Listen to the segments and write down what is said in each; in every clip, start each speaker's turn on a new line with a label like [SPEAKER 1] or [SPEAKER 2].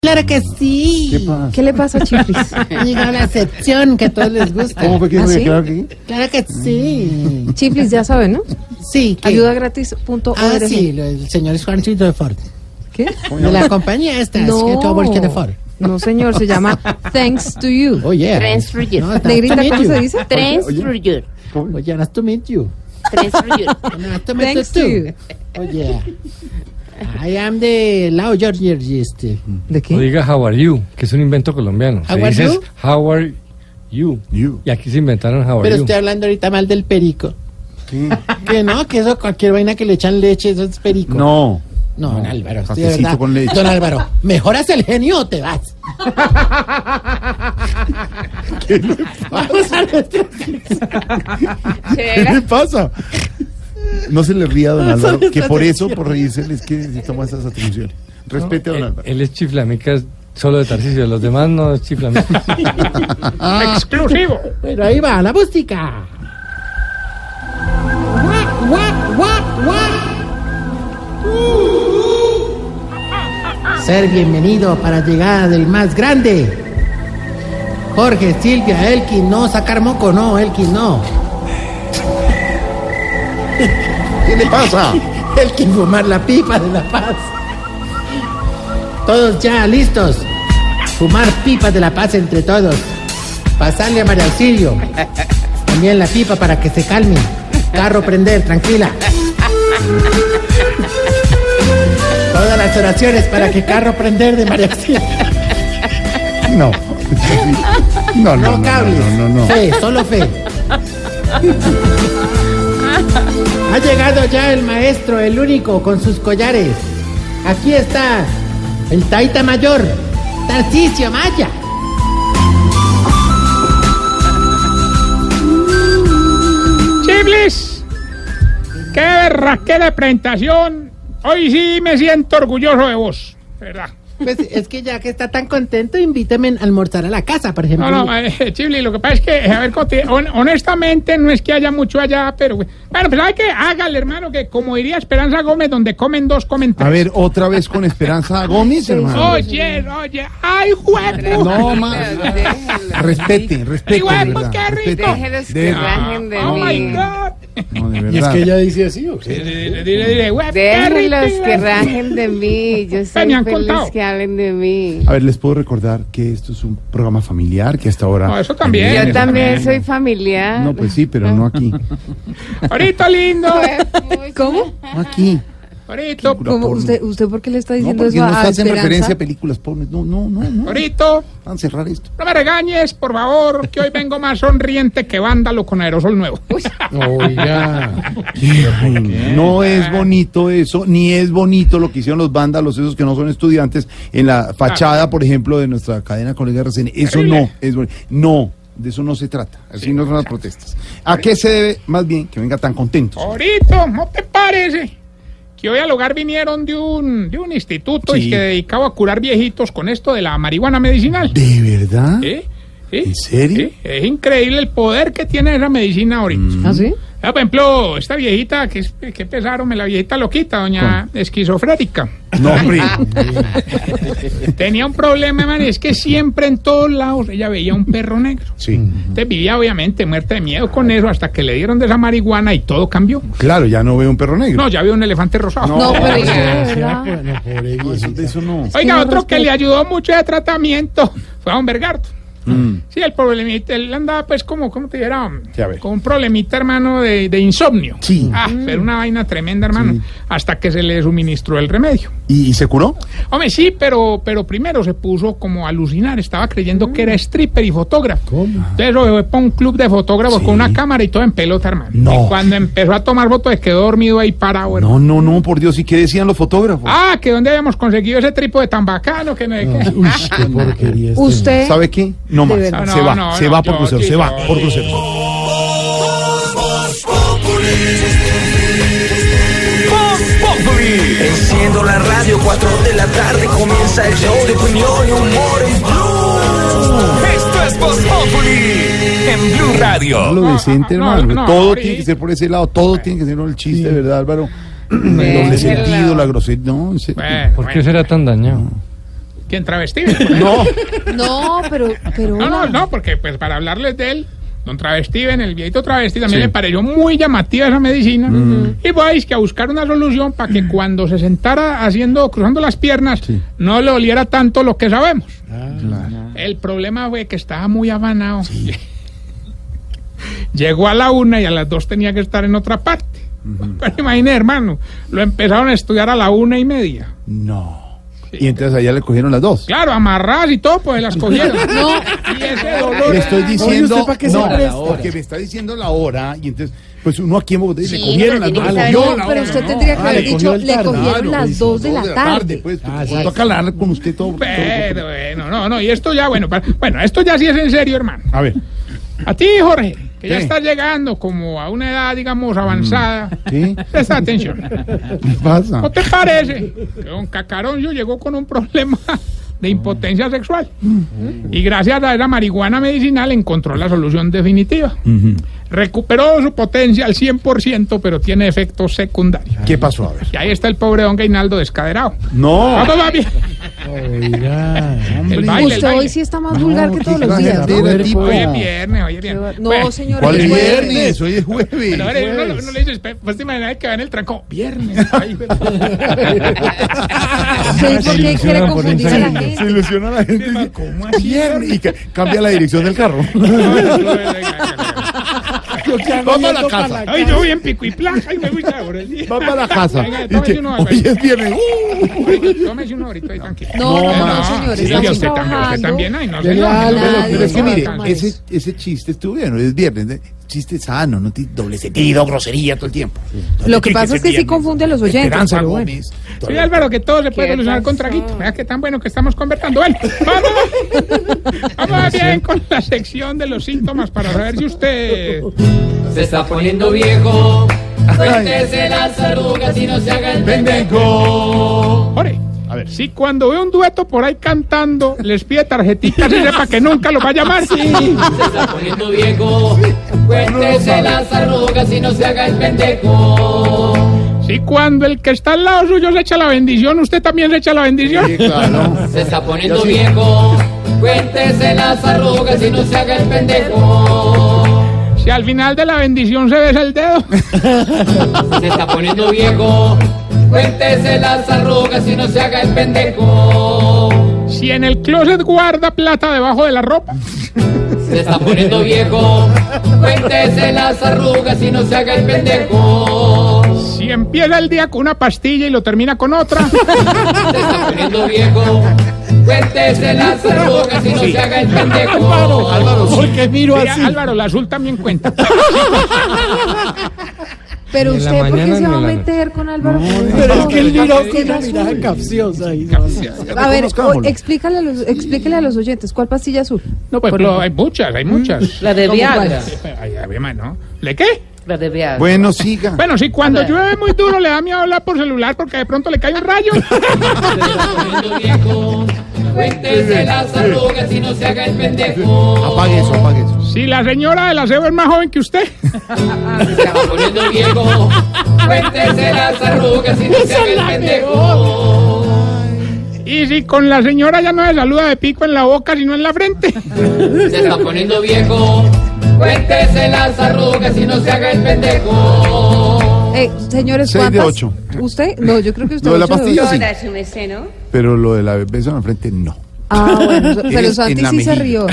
[SPEAKER 1] Claro que sí.
[SPEAKER 2] ¿Qué pasa?
[SPEAKER 3] ¿Qué le pasa a Chiflis?
[SPEAKER 1] Ha llegado la sección que a todos les gusta.
[SPEAKER 2] ¿Cómo fue que
[SPEAKER 3] ¿Ah,
[SPEAKER 2] se
[SPEAKER 3] sí?
[SPEAKER 2] declaró aquí?
[SPEAKER 1] Claro que sí.
[SPEAKER 3] Chiflis, ya saben, ¿no?
[SPEAKER 1] Sí. que-
[SPEAKER 3] Ayudagratis.org.
[SPEAKER 1] Ah, sí, lo- el señor es Juancito de Ford.
[SPEAKER 3] ¿Qué?
[SPEAKER 1] De la compañía esta, es que todo porque de Ford.
[SPEAKER 3] No, señor, se llama Thanks to You.
[SPEAKER 1] Oye. Oh, yeah.
[SPEAKER 4] Trans for you.
[SPEAKER 1] No, nice
[SPEAKER 3] Negrita,
[SPEAKER 1] to meet
[SPEAKER 3] ¿cómo
[SPEAKER 1] you.
[SPEAKER 3] se dice?
[SPEAKER 4] Trans
[SPEAKER 2] Oye, oye.
[SPEAKER 4] for you.
[SPEAKER 2] ¿Cómo?
[SPEAKER 1] Oye, nice to meet you.
[SPEAKER 4] Trans for you.
[SPEAKER 1] Nice to meet
[SPEAKER 3] Thanks to
[SPEAKER 1] you.
[SPEAKER 3] You.
[SPEAKER 1] too. Oye. I am the Lao George. Este.
[SPEAKER 3] ¿De
[SPEAKER 5] No
[SPEAKER 3] qué?
[SPEAKER 5] diga how are you, que es un invento colombiano. Se
[SPEAKER 1] How are
[SPEAKER 5] dice es
[SPEAKER 1] you?
[SPEAKER 5] how are you.
[SPEAKER 2] You.
[SPEAKER 5] Y aquí se inventaron how are
[SPEAKER 1] Pero
[SPEAKER 5] you.
[SPEAKER 1] estoy hablando ahorita mal del perico.
[SPEAKER 2] Sí.
[SPEAKER 1] Que no, que eso cualquier vaina que le echan leche, eso es perico.
[SPEAKER 2] No.
[SPEAKER 1] No, don Álvaro, estoy de
[SPEAKER 2] cafecito
[SPEAKER 1] verdad.
[SPEAKER 2] con leche.
[SPEAKER 1] Don Álvaro, ¿mejoras el genio o te vas? Vamos a nuestro-
[SPEAKER 2] ¿Qué le pasa? No se le ría a don
[SPEAKER 1] Eso
[SPEAKER 2] Álvaro,
[SPEAKER 1] es
[SPEAKER 2] que por eso,
[SPEAKER 1] atención.
[SPEAKER 2] por reírse, es que necesitamos esas atribuciones. Respete a don
[SPEAKER 5] él,
[SPEAKER 2] Álvaro.
[SPEAKER 5] él es chiflamicas solo de Tarcisio, los demás no es chiflamicas.
[SPEAKER 1] Bueno, ahí va, la música. Guac, guac, guac, guac. Ser bienvenido para llegada del más grande. Jorge, Silvia, Elkin, no, sacar moco, no, Elkin, no.
[SPEAKER 2] ¿Qué le pasa?
[SPEAKER 1] Elkin, fumar la pipa de la paz. Todos ya listos. Fumar pipa de la paz entre todos. Pasarle a María Auxilio. También la pipa para que se calme. Carro prender, tranquila. Todas las oraciones para que carro prender de María Auxilio.
[SPEAKER 2] No. No, no, no,
[SPEAKER 1] No
[SPEAKER 2] no,
[SPEAKER 1] cables.
[SPEAKER 2] no, no, no.
[SPEAKER 1] Fe, solo fe. ha llegado ya el maestro, el único, con sus collares. Aquí está el Taita Mayor, Tarcisio Maya.
[SPEAKER 6] Chiblis, qué rasquera presentación. Hoy sí me siento orgulloso de vos, de ¿verdad?
[SPEAKER 1] Pues es que ya que está tan contento, invítame a almorzar a la casa, por ejemplo.
[SPEAKER 6] No, no, eh, Chiblis, lo que pasa es que, a ver, Coti, hon- honestamente no es que haya mucho allá, pero bueno, pues hay que hágale, hermano, que como diría Esperanza Gómez, donde comen dos, comen
[SPEAKER 2] A
[SPEAKER 6] tres.
[SPEAKER 2] ver, otra vez con Esperanza Gómez, hermano.
[SPEAKER 6] Oye, oye, ay, juego.
[SPEAKER 2] No más. Respete, respete. de
[SPEAKER 6] Igual,
[SPEAKER 2] verdad,
[SPEAKER 6] qué rico.
[SPEAKER 2] respete.
[SPEAKER 4] Déjelos
[SPEAKER 2] De-
[SPEAKER 4] que rajen de
[SPEAKER 6] Oh my
[SPEAKER 4] mí.
[SPEAKER 6] God.
[SPEAKER 2] No, de verdad.
[SPEAKER 1] dice así, ¿o
[SPEAKER 6] Dile, dile, dile, dile, güey, qué
[SPEAKER 4] Déjenlos
[SPEAKER 6] rico.
[SPEAKER 4] que rajen de mí. Yo soy
[SPEAKER 6] me han
[SPEAKER 4] feliz
[SPEAKER 6] contado.
[SPEAKER 4] que hablen de mí.
[SPEAKER 2] A ver, les puedo recordar que esto es un programa familiar que hasta ahora.
[SPEAKER 6] No, eso también.
[SPEAKER 4] Yo
[SPEAKER 6] Eso
[SPEAKER 4] también soy familiar.
[SPEAKER 2] No, pues sí, pero no aquí.
[SPEAKER 6] Ahorita lindo.
[SPEAKER 3] ¿Cómo?
[SPEAKER 2] No aquí.
[SPEAKER 6] Ahorita,
[SPEAKER 3] ¿Cómo?
[SPEAKER 2] porno.
[SPEAKER 3] ¿Usted, ¿Usted por qué le está
[SPEAKER 2] No,
[SPEAKER 3] diciendo
[SPEAKER 2] porque
[SPEAKER 3] eso
[SPEAKER 2] nos
[SPEAKER 3] a
[SPEAKER 2] hacen referencia
[SPEAKER 3] Esperanza?
[SPEAKER 2] a películas pobres. No, no, no, no.
[SPEAKER 6] ahorita.
[SPEAKER 2] Van a cerrar esto.
[SPEAKER 6] No me regañes, por favor, que hoy vengo más sonriente que vándalo con aerosol nuevo.
[SPEAKER 2] No es bonito eso, ni es bonito lo que hicieron los vándalos, esos que no son estudiantes, en
[SPEAKER 6] Ah.
[SPEAKER 2] la fachada, por ejemplo, de nuestra cadena colega RCN. Eso no es bonito. No, de eso no se trata. Así no son las protestas. ¿A qué se debe, más bien, que venga tan contentos?
[SPEAKER 6] Oh. Ahorita, ¿no te parece? Que hoy al hogar vinieron de un, de un instituto
[SPEAKER 2] Sí.
[SPEAKER 6] y que dedicaba a curar viejitos con esto de la marihuana medicinal.
[SPEAKER 2] ¿De verdad?
[SPEAKER 6] ¿Eh? ¿Sí?
[SPEAKER 2] ¿En serio? Mm.
[SPEAKER 6] ¿Sí? Es increíble el poder que tiene esa medicina ahorita.
[SPEAKER 3] ¿Ah, sí?
[SPEAKER 6] Ah, por ejemplo, esta viejita, que, es- que pesaron, la viejita loquita, doña esquizofrénica.
[SPEAKER 2] No, hombre.
[SPEAKER 6] Tenía un problema, man, es que siempre en todos lados ella veía un perro negro.
[SPEAKER 2] Sí.
[SPEAKER 6] Usted vivía obviamente muerta de miedo con eso hasta que le dieron de esa marihuana y todo cambió.
[SPEAKER 2] Claro, ya no veo un perro negro.
[SPEAKER 6] No, ya había un elefante rosado.
[SPEAKER 3] No, pero
[SPEAKER 2] no,
[SPEAKER 3] es que de verdad.
[SPEAKER 2] no, eso, de eso no.
[SPEAKER 6] Oiga,
[SPEAKER 3] no
[SPEAKER 6] otro que
[SPEAKER 3] respeto.
[SPEAKER 6] le ayudó mucho de tratamiento fue a don Bergardo.
[SPEAKER 2] Mm.
[SPEAKER 6] Sí, el problemita, él andaba pues como, ¿cómo te dijera?
[SPEAKER 2] Sí, a ver.
[SPEAKER 6] Con un problemita, hermano, de, de insomnio.
[SPEAKER 2] Sí.
[SPEAKER 6] Ah, era una vaina tremenda, hermano. Hasta que se le suministró el remedio.
[SPEAKER 2] ¿Y, y se curó?
[SPEAKER 6] Hombre, sí, pero, pero primero se puso como a alucinar. Estaba creyendo que
[SPEAKER 2] Mm.
[SPEAKER 6] era stripper y fotógrafo. Entonces lo llevó para un club de fotógrafos
[SPEAKER 2] Sí.
[SPEAKER 6] con una cámara y todo en pelota, hermano.
[SPEAKER 2] No.
[SPEAKER 6] Y cuando empezó a tomar fotos, se quedó dormido ahí parado, hermano.
[SPEAKER 2] No, no, no, por Dios. ¿Y qué decían los fotógrafos?
[SPEAKER 6] Ah, que dónde habíamos conseguido ese trípode tan bacano que no sé qué.
[SPEAKER 2] Uy, qué porquería.
[SPEAKER 3] ¿Usted?
[SPEAKER 2] ¿Sabe qué? No más.
[SPEAKER 3] De
[SPEAKER 2] Se
[SPEAKER 3] verdad.
[SPEAKER 6] No,
[SPEAKER 2] va,
[SPEAKER 6] no,
[SPEAKER 2] se
[SPEAKER 6] no,
[SPEAKER 2] va por
[SPEAKER 6] yo,
[SPEAKER 2] crucero,
[SPEAKER 6] sí,
[SPEAKER 2] se va
[SPEAKER 6] yo,
[SPEAKER 2] por
[SPEAKER 6] sí.
[SPEAKER 2] crucero.
[SPEAKER 7] Enciendo la radio, 4 de la tarde comienza el show de opinión y humor en Blue. Esto es Voz Populi en Blue Radio.
[SPEAKER 2] Lo decente,
[SPEAKER 6] no,
[SPEAKER 2] hermano.
[SPEAKER 6] no,
[SPEAKER 2] todo
[SPEAKER 6] sí.
[SPEAKER 2] tiene que ser por ese lado, todo tiene que ser por el chiste, ¿verdad, Álvaro? El
[SPEAKER 4] Déjelo.
[SPEAKER 2] doble sentido, la grosería. No, en serio.
[SPEAKER 6] Bueno,
[SPEAKER 5] ¿Por qué
[SPEAKER 6] bueno.
[SPEAKER 5] será tan dañado?
[SPEAKER 6] que en travestido.
[SPEAKER 2] No,
[SPEAKER 3] No, pero, pero
[SPEAKER 6] No, no,
[SPEAKER 3] hola.
[SPEAKER 6] no, porque pues para hablarles de él, don Travestiven, el viejito Travesti, también
[SPEAKER 2] Sí. Mm.
[SPEAKER 6] le pareció muy llamativa esa medicina. Y vais que a buscar una solución para que cuando se sentara haciendo, cruzando las piernas, no le oliera tanto lo que sabemos. El problema fue que estaba muy abanado. Llegó a la una y a las dos tenía que estar en otra parte. Pero imagínese, hermano, lo empezaron a estudiar a la una y media.
[SPEAKER 2] no. Y entonces allá le cogieron las dos.
[SPEAKER 6] Claro, amarradas y todo, pues las cogieron.
[SPEAKER 3] No.
[SPEAKER 6] Y ese dolor.
[SPEAKER 2] Le estoy diciendo.
[SPEAKER 1] ¿usted pa' qué se
[SPEAKER 2] no,
[SPEAKER 1] presta?
[SPEAKER 2] porque me está diciendo la hora. Y entonces, pues uno aquí en Bogotá dice,
[SPEAKER 3] Sí,
[SPEAKER 2] cogieron
[SPEAKER 3] pero
[SPEAKER 2] las
[SPEAKER 3] tiene
[SPEAKER 2] dos.
[SPEAKER 3] que saber-
[SPEAKER 2] cogió
[SPEAKER 3] no,
[SPEAKER 2] la
[SPEAKER 3] pero
[SPEAKER 2] hora,
[SPEAKER 3] usted
[SPEAKER 2] ¿no?
[SPEAKER 3] tendría que
[SPEAKER 2] Ah,
[SPEAKER 3] haber
[SPEAKER 2] le
[SPEAKER 3] dicho,
[SPEAKER 2] cogió el
[SPEAKER 3] le
[SPEAKER 2] tarde.
[SPEAKER 3] cogieron
[SPEAKER 2] Claro,
[SPEAKER 3] las
[SPEAKER 2] pues,
[SPEAKER 3] dos de la tarde.
[SPEAKER 2] pues,
[SPEAKER 1] Ah,
[SPEAKER 2] pues,
[SPEAKER 1] sí.
[SPEAKER 2] toca hablar con usted todo.
[SPEAKER 6] Pero bueno, no, no, y esto ya, bueno, para- bueno, esto ya sí es en serio, hermano.
[SPEAKER 2] A ver.
[SPEAKER 6] A ti, Jorge, que ya
[SPEAKER 2] ¿Qué?
[SPEAKER 6] estás llegando como a una edad, digamos, avanzada.
[SPEAKER 2] ¿Sí?
[SPEAKER 6] Presta atención.
[SPEAKER 2] ¿Qué pasa?
[SPEAKER 6] ¿No te parece que don Cacaroncio llegó con un problema de impotencia sexual? Y gracias a esa marihuana medicinal encontró la solución definitiva. Recuperó su potencia al 100%, pero tiene efectos secundarios.
[SPEAKER 2] ¿Qué pasó? A ver.
[SPEAKER 6] Y ahí está el pobre don Gainaldo descaderado.
[SPEAKER 2] No.
[SPEAKER 6] Vamos, papi. El baile, el
[SPEAKER 3] Usted hoy
[SPEAKER 6] baile.
[SPEAKER 3] sí está más vulgar que
[SPEAKER 2] qué
[SPEAKER 3] todos los días.
[SPEAKER 2] grosera,
[SPEAKER 3] ¿no?
[SPEAKER 2] tipo.
[SPEAKER 6] Hoy es viernes, hoy es viernes.
[SPEAKER 3] No,
[SPEAKER 6] Bueno,
[SPEAKER 3] señor.
[SPEAKER 2] ¿Cuál
[SPEAKER 3] hoy
[SPEAKER 2] es
[SPEAKER 3] es jueves.
[SPEAKER 2] viernes? Hoy es jueves.
[SPEAKER 6] Pero a ver, uno,
[SPEAKER 2] jueves.
[SPEAKER 6] uno le dice, "Espe- pues te imaginas que va en el tranco. Viernes. ay, güey".
[SPEAKER 3] Sí, porque
[SPEAKER 5] ilusiona
[SPEAKER 3] quiere
[SPEAKER 5] por
[SPEAKER 3] confundir a la
[SPEAKER 5] Instagram.
[SPEAKER 2] Se
[SPEAKER 3] gente.
[SPEAKER 2] ilusiona la gente. y dice,
[SPEAKER 6] ¿Cómo así?
[SPEAKER 2] Viernes. Y ca- cambia la dirección del carro. Vamos a la casa.
[SPEAKER 6] Ay, yo voy en pico y placa. Ay, me gusta ahora el día.
[SPEAKER 2] Vamos a la casa.
[SPEAKER 6] Venga,
[SPEAKER 2] Y
[SPEAKER 6] tómese
[SPEAKER 2] dice,
[SPEAKER 6] uno.
[SPEAKER 2] Hoy es viernes. ¡Uh!
[SPEAKER 6] ahorita. Tómese uno ahorita ahí, tranquilo.
[SPEAKER 3] No, no, no,
[SPEAKER 2] no,
[SPEAKER 3] señores, estamos
[SPEAKER 6] sí, usted también, usted
[SPEAKER 3] trabajando.
[SPEAKER 6] también, ay, no,
[SPEAKER 1] Dele
[SPEAKER 6] señor,
[SPEAKER 1] algo,
[SPEAKER 6] no,
[SPEAKER 3] dele,
[SPEAKER 6] no,
[SPEAKER 2] Pero es que
[SPEAKER 6] no,
[SPEAKER 2] mire,
[SPEAKER 6] no,
[SPEAKER 2] ese, ese chiste estuvo bien, es viernes, ¿eh? chiste sano, no tiene doble sentido, grosería todo el tiempo.
[SPEAKER 3] Lo que pasa es que sí confunde a los oyentes.
[SPEAKER 2] Esperanza
[SPEAKER 3] pero bueno.
[SPEAKER 2] Gómez.
[SPEAKER 6] Sí, Álvaro, que todo se puede
[SPEAKER 4] ¿Qué
[SPEAKER 6] solucionar con
[SPEAKER 4] pasó?
[SPEAKER 6] traguito. Vea que tan bueno que estamos conversando. Bueno, vamos, vamos bien con la sección de los síntomas para saber si usted...
[SPEAKER 8] Se está poniendo viejo. Cuéntese las arrugas y no se haga el
[SPEAKER 2] Pendejo.
[SPEAKER 6] Ore,
[SPEAKER 2] A ver.
[SPEAKER 6] si cuando ve un dueto por ahí cantando, les pide tarjetitas y sepa que nunca los va a llamar.
[SPEAKER 8] Se está poniendo viejo. Cuéntese las arrugas y no se haga el pendejo.
[SPEAKER 6] Si cuando el que está al lado suyo se echa la bendición, usted también se echa la bendición.
[SPEAKER 2] Sí, claro.
[SPEAKER 8] Se está poniendo viejo. Cuéntese las arrugas y no se haga el pendejo.
[SPEAKER 6] Si al final de la bendición se besa el dedo.
[SPEAKER 8] Se está poniendo viejo. Cuéntese las arrugas y no se haga el pendejo.
[SPEAKER 6] Si en el closet guarda plata debajo de la ropa.
[SPEAKER 8] Se está poniendo viejo. Cuéntese las arrugas y no se haga el pendejo.
[SPEAKER 6] Si empieza el día con una pastilla y lo termina con otra.
[SPEAKER 8] Se está poniendo viejo. Cuéntese las arrugas y no se haga el pendejo.
[SPEAKER 2] Porque miro
[SPEAKER 6] Mira, Álvaro, la azul también cuenta.
[SPEAKER 3] Pero
[SPEAKER 5] Ni en la
[SPEAKER 3] usted, ¿por qué
[SPEAKER 5] mañana
[SPEAKER 3] se
[SPEAKER 5] ni
[SPEAKER 3] va a
[SPEAKER 5] en la noche.
[SPEAKER 3] meter con Álvaro? Fernández?
[SPEAKER 1] Pero es que él
[SPEAKER 3] No,
[SPEAKER 1] mira
[SPEAKER 3] no,
[SPEAKER 1] con
[SPEAKER 3] no,
[SPEAKER 1] una
[SPEAKER 3] no,
[SPEAKER 1] mirada
[SPEAKER 3] no.
[SPEAKER 1] capciosa ahí.
[SPEAKER 3] A ver,
[SPEAKER 2] Reconozcámoslo.
[SPEAKER 3] o- explícale a los, explícale a los oyentes, ¿cuál pastilla azul?
[SPEAKER 6] No, pues pero hay muchas, hay muchas.
[SPEAKER 9] La de
[SPEAKER 3] ¿Cómo
[SPEAKER 9] Viagra.
[SPEAKER 3] cuál?
[SPEAKER 6] Ay, a ver, ma, ¿no? ¿Le qué?
[SPEAKER 9] La de Viagra.
[SPEAKER 2] Bueno, siga.
[SPEAKER 6] Bueno, si cuando
[SPEAKER 9] A ver.
[SPEAKER 6] llueve muy duro le da miedo hablar por celular porque de pronto le cae un rayo.
[SPEAKER 8] Poniendo viejo. Cuéntese las arrugas y no se haga el pendejo.
[SPEAKER 2] Apague eso, apague eso.
[SPEAKER 6] Si la señora del aseo es más joven que usted.
[SPEAKER 8] Se está poniendo viejo. Cuéntese las arrugas y no se haga el pendejo.
[SPEAKER 6] Y si con la señora ya no se saluda de pico en la boca, sino en la frente.
[SPEAKER 8] Se está poniendo viejo. Cuéntese las arrugas y no se haga el pendejo.
[SPEAKER 3] Eh, señores,
[SPEAKER 2] Seis de
[SPEAKER 3] ¿cuántas?
[SPEAKER 2] ocho.
[SPEAKER 3] ¿Usted? No, yo creo que usted
[SPEAKER 2] Lo de la
[SPEAKER 3] ocho
[SPEAKER 2] pastilla,
[SPEAKER 3] ocho.
[SPEAKER 2] sí. Pero lo de la beso en la frente, no.
[SPEAKER 3] Ah, bueno, so- pero
[SPEAKER 2] Es en
[SPEAKER 3] Santi
[SPEAKER 2] la
[SPEAKER 3] sí se
[SPEAKER 2] mejilla.
[SPEAKER 3] rió.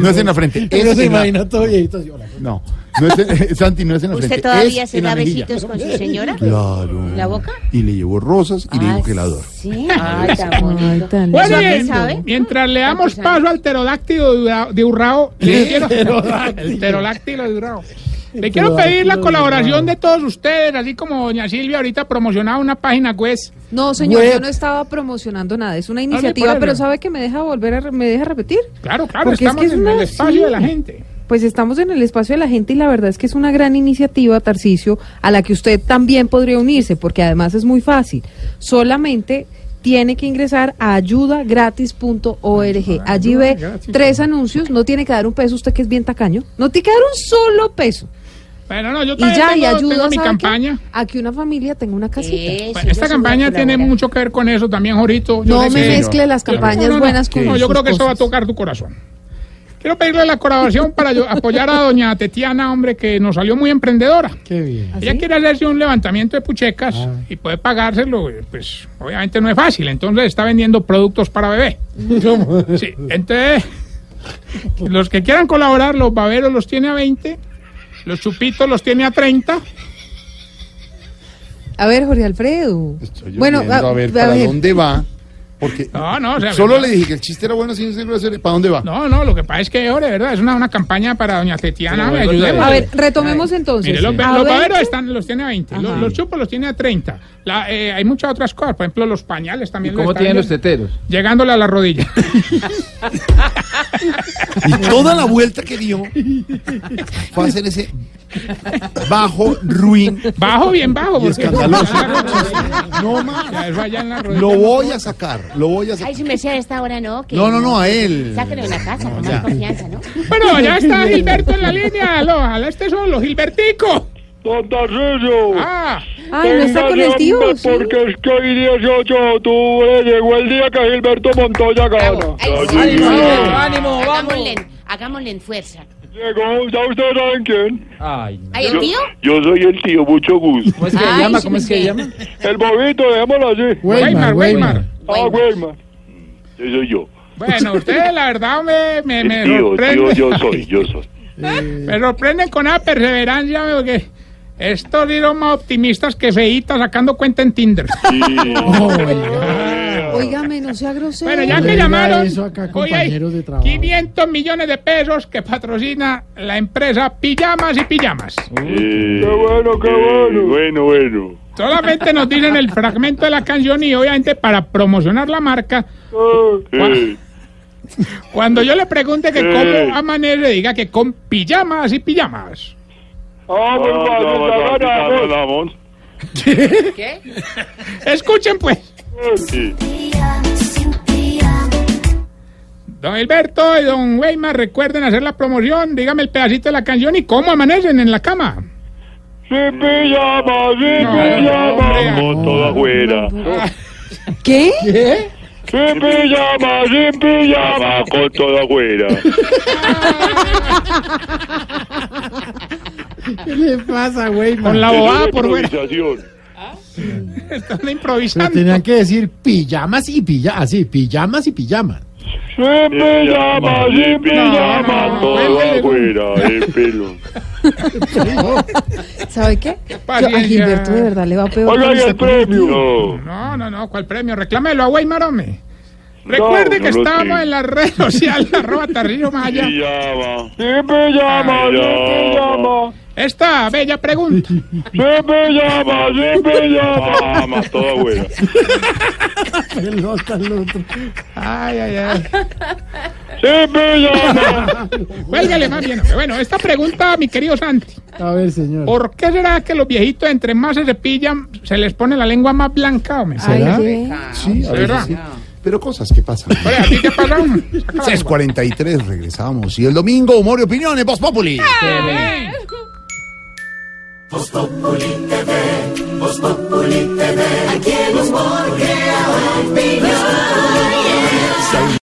[SPEAKER 2] No es en la frente.
[SPEAKER 1] Uno
[SPEAKER 2] Es
[SPEAKER 1] se
[SPEAKER 2] en la...
[SPEAKER 1] imagina todo viejito así, hola.
[SPEAKER 2] No. no es en- Santi, no es en la frente.
[SPEAKER 10] ¿Usted todavía
[SPEAKER 2] es
[SPEAKER 10] se
[SPEAKER 2] en la
[SPEAKER 10] da
[SPEAKER 2] mejilla.
[SPEAKER 10] besitos con su señora?
[SPEAKER 2] Claro.
[SPEAKER 10] ¿La boca?
[SPEAKER 2] Y le llevo rosas y le
[SPEAKER 10] Ah,
[SPEAKER 2] digo que la adoro.
[SPEAKER 10] Sí, ay, tan
[SPEAKER 3] Ay,
[SPEAKER 10] bonito.
[SPEAKER 3] tan
[SPEAKER 6] Bueno,
[SPEAKER 10] ¿Sabe,
[SPEAKER 6] bien,
[SPEAKER 10] sabe?
[SPEAKER 6] mientras le damos paso al pterodáctilo de Ura- de Urrao, le quiero, el pterodáctilo de Urrao. Le quiero pedir la colaboración de todos ustedes, así como doña Silvia ahorita promocionaba una página web.
[SPEAKER 3] No, señor,
[SPEAKER 1] Web.
[SPEAKER 3] yo no estaba promocionando nada, es una
[SPEAKER 6] me
[SPEAKER 3] iniciativa,
[SPEAKER 6] parece.
[SPEAKER 3] pero ¿sabe que me deja volver a re- me deja repetir?
[SPEAKER 6] Claro, claro,
[SPEAKER 3] Porque es
[SPEAKER 6] estamos
[SPEAKER 3] que es
[SPEAKER 6] en
[SPEAKER 3] una-
[SPEAKER 6] el espacio
[SPEAKER 3] sí.
[SPEAKER 6] de la gente.
[SPEAKER 3] Pues estamos en el espacio de la gente y la verdad es que es una gran iniciativa, Tarcicio, a la que usted también podría unirse, porque además es muy fácil. Solamente tiene que ingresar a ayudagratis.org. Allí ve
[SPEAKER 6] Ayudagratis.
[SPEAKER 3] tres anuncios, no tiene que dar un peso, usted que es bien tacaño, no tiene que dar un solo peso.
[SPEAKER 6] Pero no, yo
[SPEAKER 3] Y
[SPEAKER 6] también
[SPEAKER 3] ya, y
[SPEAKER 6] tengo, tengo
[SPEAKER 3] ayuda ¿sabe
[SPEAKER 6] mi
[SPEAKER 3] qué?
[SPEAKER 6] campaña.
[SPEAKER 3] a que una familia tenga una casita.
[SPEAKER 10] Eso, yo
[SPEAKER 6] Esta
[SPEAKER 10] sí voy a
[SPEAKER 6] campaña tiene
[SPEAKER 10] colaborar.
[SPEAKER 6] mucho que ver con eso también, Jorito. Yo
[SPEAKER 3] No
[SPEAKER 6] le
[SPEAKER 3] me
[SPEAKER 6] sé-
[SPEAKER 3] mezcle las
[SPEAKER 6] Yo- no,
[SPEAKER 3] campañas
[SPEAKER 6] no, no.
[SPEAKER 3] buenas con
[SPEAKER 6] No, yo
[SPEAKER 3] sus
[SPEAKER 6] creo que eso va a
[SPEAKER 3] cosas.
[SPEAKER 6] tocar tu corazón. Quiero pedirle la colaboración para yo- apoyar a doña Tetiana, hombre, que nos salió muy emprendedora.
[SPEAKER 5] Qué bien.
[SPEAKER 3] ¿Ah,
[SPEAKER 6] Ella
[SPEAKER 3] sí?
[SPEAKER 6] quiere hacerse un levantamiento de puchecas
[SPEAKER 3] Ah.
[SPEAKER 6] y puede pagárselo, eh, pues obviamente no es fácil, entonces está vendiendo productos para bebé. Sí, entonces los que quieran colaborar, los baberos los tiene a 20, los chupitos los tiene a 30.
[SPEAKER 3] A ver, Jorge Alfredo.
[SPEAKER 2] Estoy
[SPEAKER 3] bueno,
[SPEAKER 2] oyendo, a ver, ¿para dónde va? Porque
[SPEAKER 6] No, no, o sea,
[SPEAKER 2] solo
[SPEAKER 6] ¿verdad?
[SPEAKER 2] le dije que el chiste era bueno sin ser grosero. ¿Para dónde va?
[SPEAKER 6] No, no, lo que pasa es que, hombre, ¿verdad? Es una, una campaña para doña Tetiana, me
[SPEAKER 3] a ver,
[SPEAKER 6] ayudemos.
[SPEAKER 3] retomemos entonces.
[SPEAKER 6] Mire, los,
[SPEAKER 3] A
[SPEAKER 6] los
[SPEAKER 3] ver,
[SPEAKER 6] baberos están, los tiene a 20, lo- los,
[SPEAKER 3] Ajá.
[SPEAKER 6] chupos los tiene a 30. La, eh, hay muchas otras cosas, por ejemplo, los pañales también.
[SPEAKER 8] ¿Cómo
[SPEAKER 6] están
[SPEAKER 8] tienen los
[SPEAKER 6] vendiendo,
[SPEAKER 8] teteros?
[SPEAKER 6] Llegándole a la rodilla.
[SPEAKER 2] Y toda la vuelta que dio fue hacer ese bajo ruin.
[SPEAKER 6] Bajo, bien bajo.
[SPEAKER 2] Y
[SPEAKER 6] porque-
[SPEAKER 2] escandaloso.
[SPEAKER 6] No más. Eso allá en la rodilla.
[SPEAKER 2] Lo voy a sacar, lo voy a
[SPEAKER 10] Ay,
[SPEAKER 2] sacar.
[SPEAKER 10] si me sea esta hora, no. Que
[SPEAKER 2] No, no, no, a él.
[SPEAKER 10] Sáquenlo de la casa, con
[SPEAKER 2] ya.
[SPEAKER 10] más confianza, ¿no?
[SPEAKER 6] Bueno, ya está Gilberto en la línea. Aló, ojalá esté solo, Gilbertico.
[SPEAKER 9] Don Tarcillo,
[SPEAKER 6] Ah,
[SPEAKER 3] Ay, no está con el tío.
[SPEAKER 9] Téngase hambre
[SPEAKER 3] sí.
[SPEAKER 9] Porque es que hoy 18 de octubre llegó el día que Gilberto Montoya gana.
[SPEAKER 10] Ay, sí.
[SPEAKER 8] ¡Ánimo,
[SPEAKER 10] Ay,
[SPEAKER 8] ánimo, vamos!
[SPEAKER 10] Hagámosle, hagámosle en fuerza.
[SPEAKER 9] Llegó, ya ustedes saben quién.
[SPEAKER 8] Ay, no.
[SPEAKER 10] ¿Hay el tío?
[SPEAKER 9] Yo soy el tío, mucho gusto.
[SPEAKER 8] ¿Cómo es que se
[SPEAKER 10] Ay,
[SPEAKER 8] llama?
[SPEAKER 10] sí,
[SPEAKER 8] ¿Cómo es que se
[SPEAKER 10] sí.
[SPEAKER 8] llama?
[SPEAKER 9] El bobito, dejémoslo así.
[SPEAKER 6] Weimar, Weimar.
[SPEAKER 9] Ah,
[SPEAKER 10] Bueno.
[SPEAKER 9] Weimar. Sí, soy yo.
[SPEAKER 6] Bueno, ustedes la verdad me, me, me
[SPEAKER 9] Tío, tío,
[SPEAKER 6] sorprenden.
[SPEAKER 9] yo soy, yo soy.
[SPEAKER 6] Me sorprenden con una perseverancia, porque estos dieron más optimistas que Feita sacando cuenta en Tinder.
[SPEAKER 9] Sí.
[SPEAKER 3] Óigame, no sea grosero.
[SPEAKER 6] Bueno, ya
[SPEAKER 1] No
[SPEAKER 6] que
[SPEAKER 1] diga
[SPEAKER 6] llamaron,
[SPEAKER 1] eso acá,
[SPEAKER 6] hoy hay
[SPEAKER 1] compañeros de trabajo.
[SPEAKER 6] 500 millones de pesos que patrocina la empresa Pijamas y Pijamas.
[SPEAKER 9] Sí. Qué bueno, qué bueno. Bueno, bueno.
[SPEAKER 6] Solamente nos dicen el fragmento de la canción y obviamente para promocionar la marca,
[SPEAKER 9] Sí.
[SPEAKER 6] cuando yo le pregunte que
[SPEAKER 9] Eh.
[SPEAKER 6] cómo amanece, diga que con pijamas y pijamas.
[SPEAKER 9] Ah, muy fácil, ya ganamos.
[SPEAKER 6] Escuchen pues.
[SPEAKER 9] Sí.
[SPEAKER 6] Don Alberto y don Weimar, recuerden hacer la promoción, dígame el pedacito de la canción y cómo amanecen en la cama.
[SPEAKER 9] Sí, pijama, sí,
[SPEAKER 6] No,
[SPEAKER 9] pijama.
[SPEAKER 6] no,
[SPEAKER 9] Vamos todo afuera.
[SPEAKER 3] ¿Qué?
[SPEAKER 9] Sin pijama, sin pijama, con todo afuera.
[SPEAKER 1] ¿Qué le pasa, güey?
[SPEAKER 6] Con la bobada por fuera.
[SPEAKER 9] Improvisación.
[SPEAKER 6] Están
[SPEAKER 1] Pero
[SPEAKER 6] improvisando.
[SPEAKER 1] tenían que decir pijamas y pijamas, así, pijamas y pijamas.
[SPEAKER 9] Sin pijama, sin
[SPEAKER 6] no, no,
[SPEAKER 9] pijama, todo
[SPEAKER 6] cuélguele.
[SPEAKER 9] afuera, el pelo.
[SPEAKER 3] ¿Sabe qué? Yo a
[SPEAKER 6] Paciencia.
[SPEAKER 3] Gilberto de verdad le va peor.
[SPEAKER 9] Oiga,
[SPEAKER 3] con
[SPEAKER 9] ¿y
[SPEAKER 3] esta
[SPEAKER 9] el premio? No.
[SPEAKER 6] No, no, no, ¿cuál premio? Reclámelo a Weimar, hombre. Recuerde
[SPEAKER 9] no
[SPEAKER 6] que
[SPEAKER 9] lo
[SPEAKER 6] estamos
[SPEAKER 9] sé.
[SPEAKER 6] en la red social, arroba Tarrillo Maya.
[SPEAKER 9] Pijama. Sin pijama, sin pijama.
[SPEAKER 6] Esta bella pregunta.
[SPEAKER 9] Sin pijama, sin pijama. Pijama, todo afuera.
[SPEAKER 1] Pelota al otro.
[SPEAKER 6] Ay, ay, ay.
[SPEAKER 9] Sin pijama.
[SPEAKER 6] Cuélgale más bien. hombre. Bueno, esta pregunta, mi querido Santi.
[SPEAKER 1] A ver, señor.
[SPEAKER 6] ¿Por qué será que los viejitos entre más se cepillan, se les pone la lengua más blanca, hombre?
[SPEAKER 3] Ay,
[SPEAKER 2] ¿Será?
[SPEAKER 3] ¿qué?
[SPEAKER 2] Sí, a veces
[SPEAKER 6] ¿Verdad?
[SPEAKER 2] sí. Pero cosas que pasan.
[SPEAKER 6] Oye, ¿a ti te pasa? hombre?
[SPEAKER 2] 6.43, regresamos. Y el domingo, humor y opiniones, Voz Populi.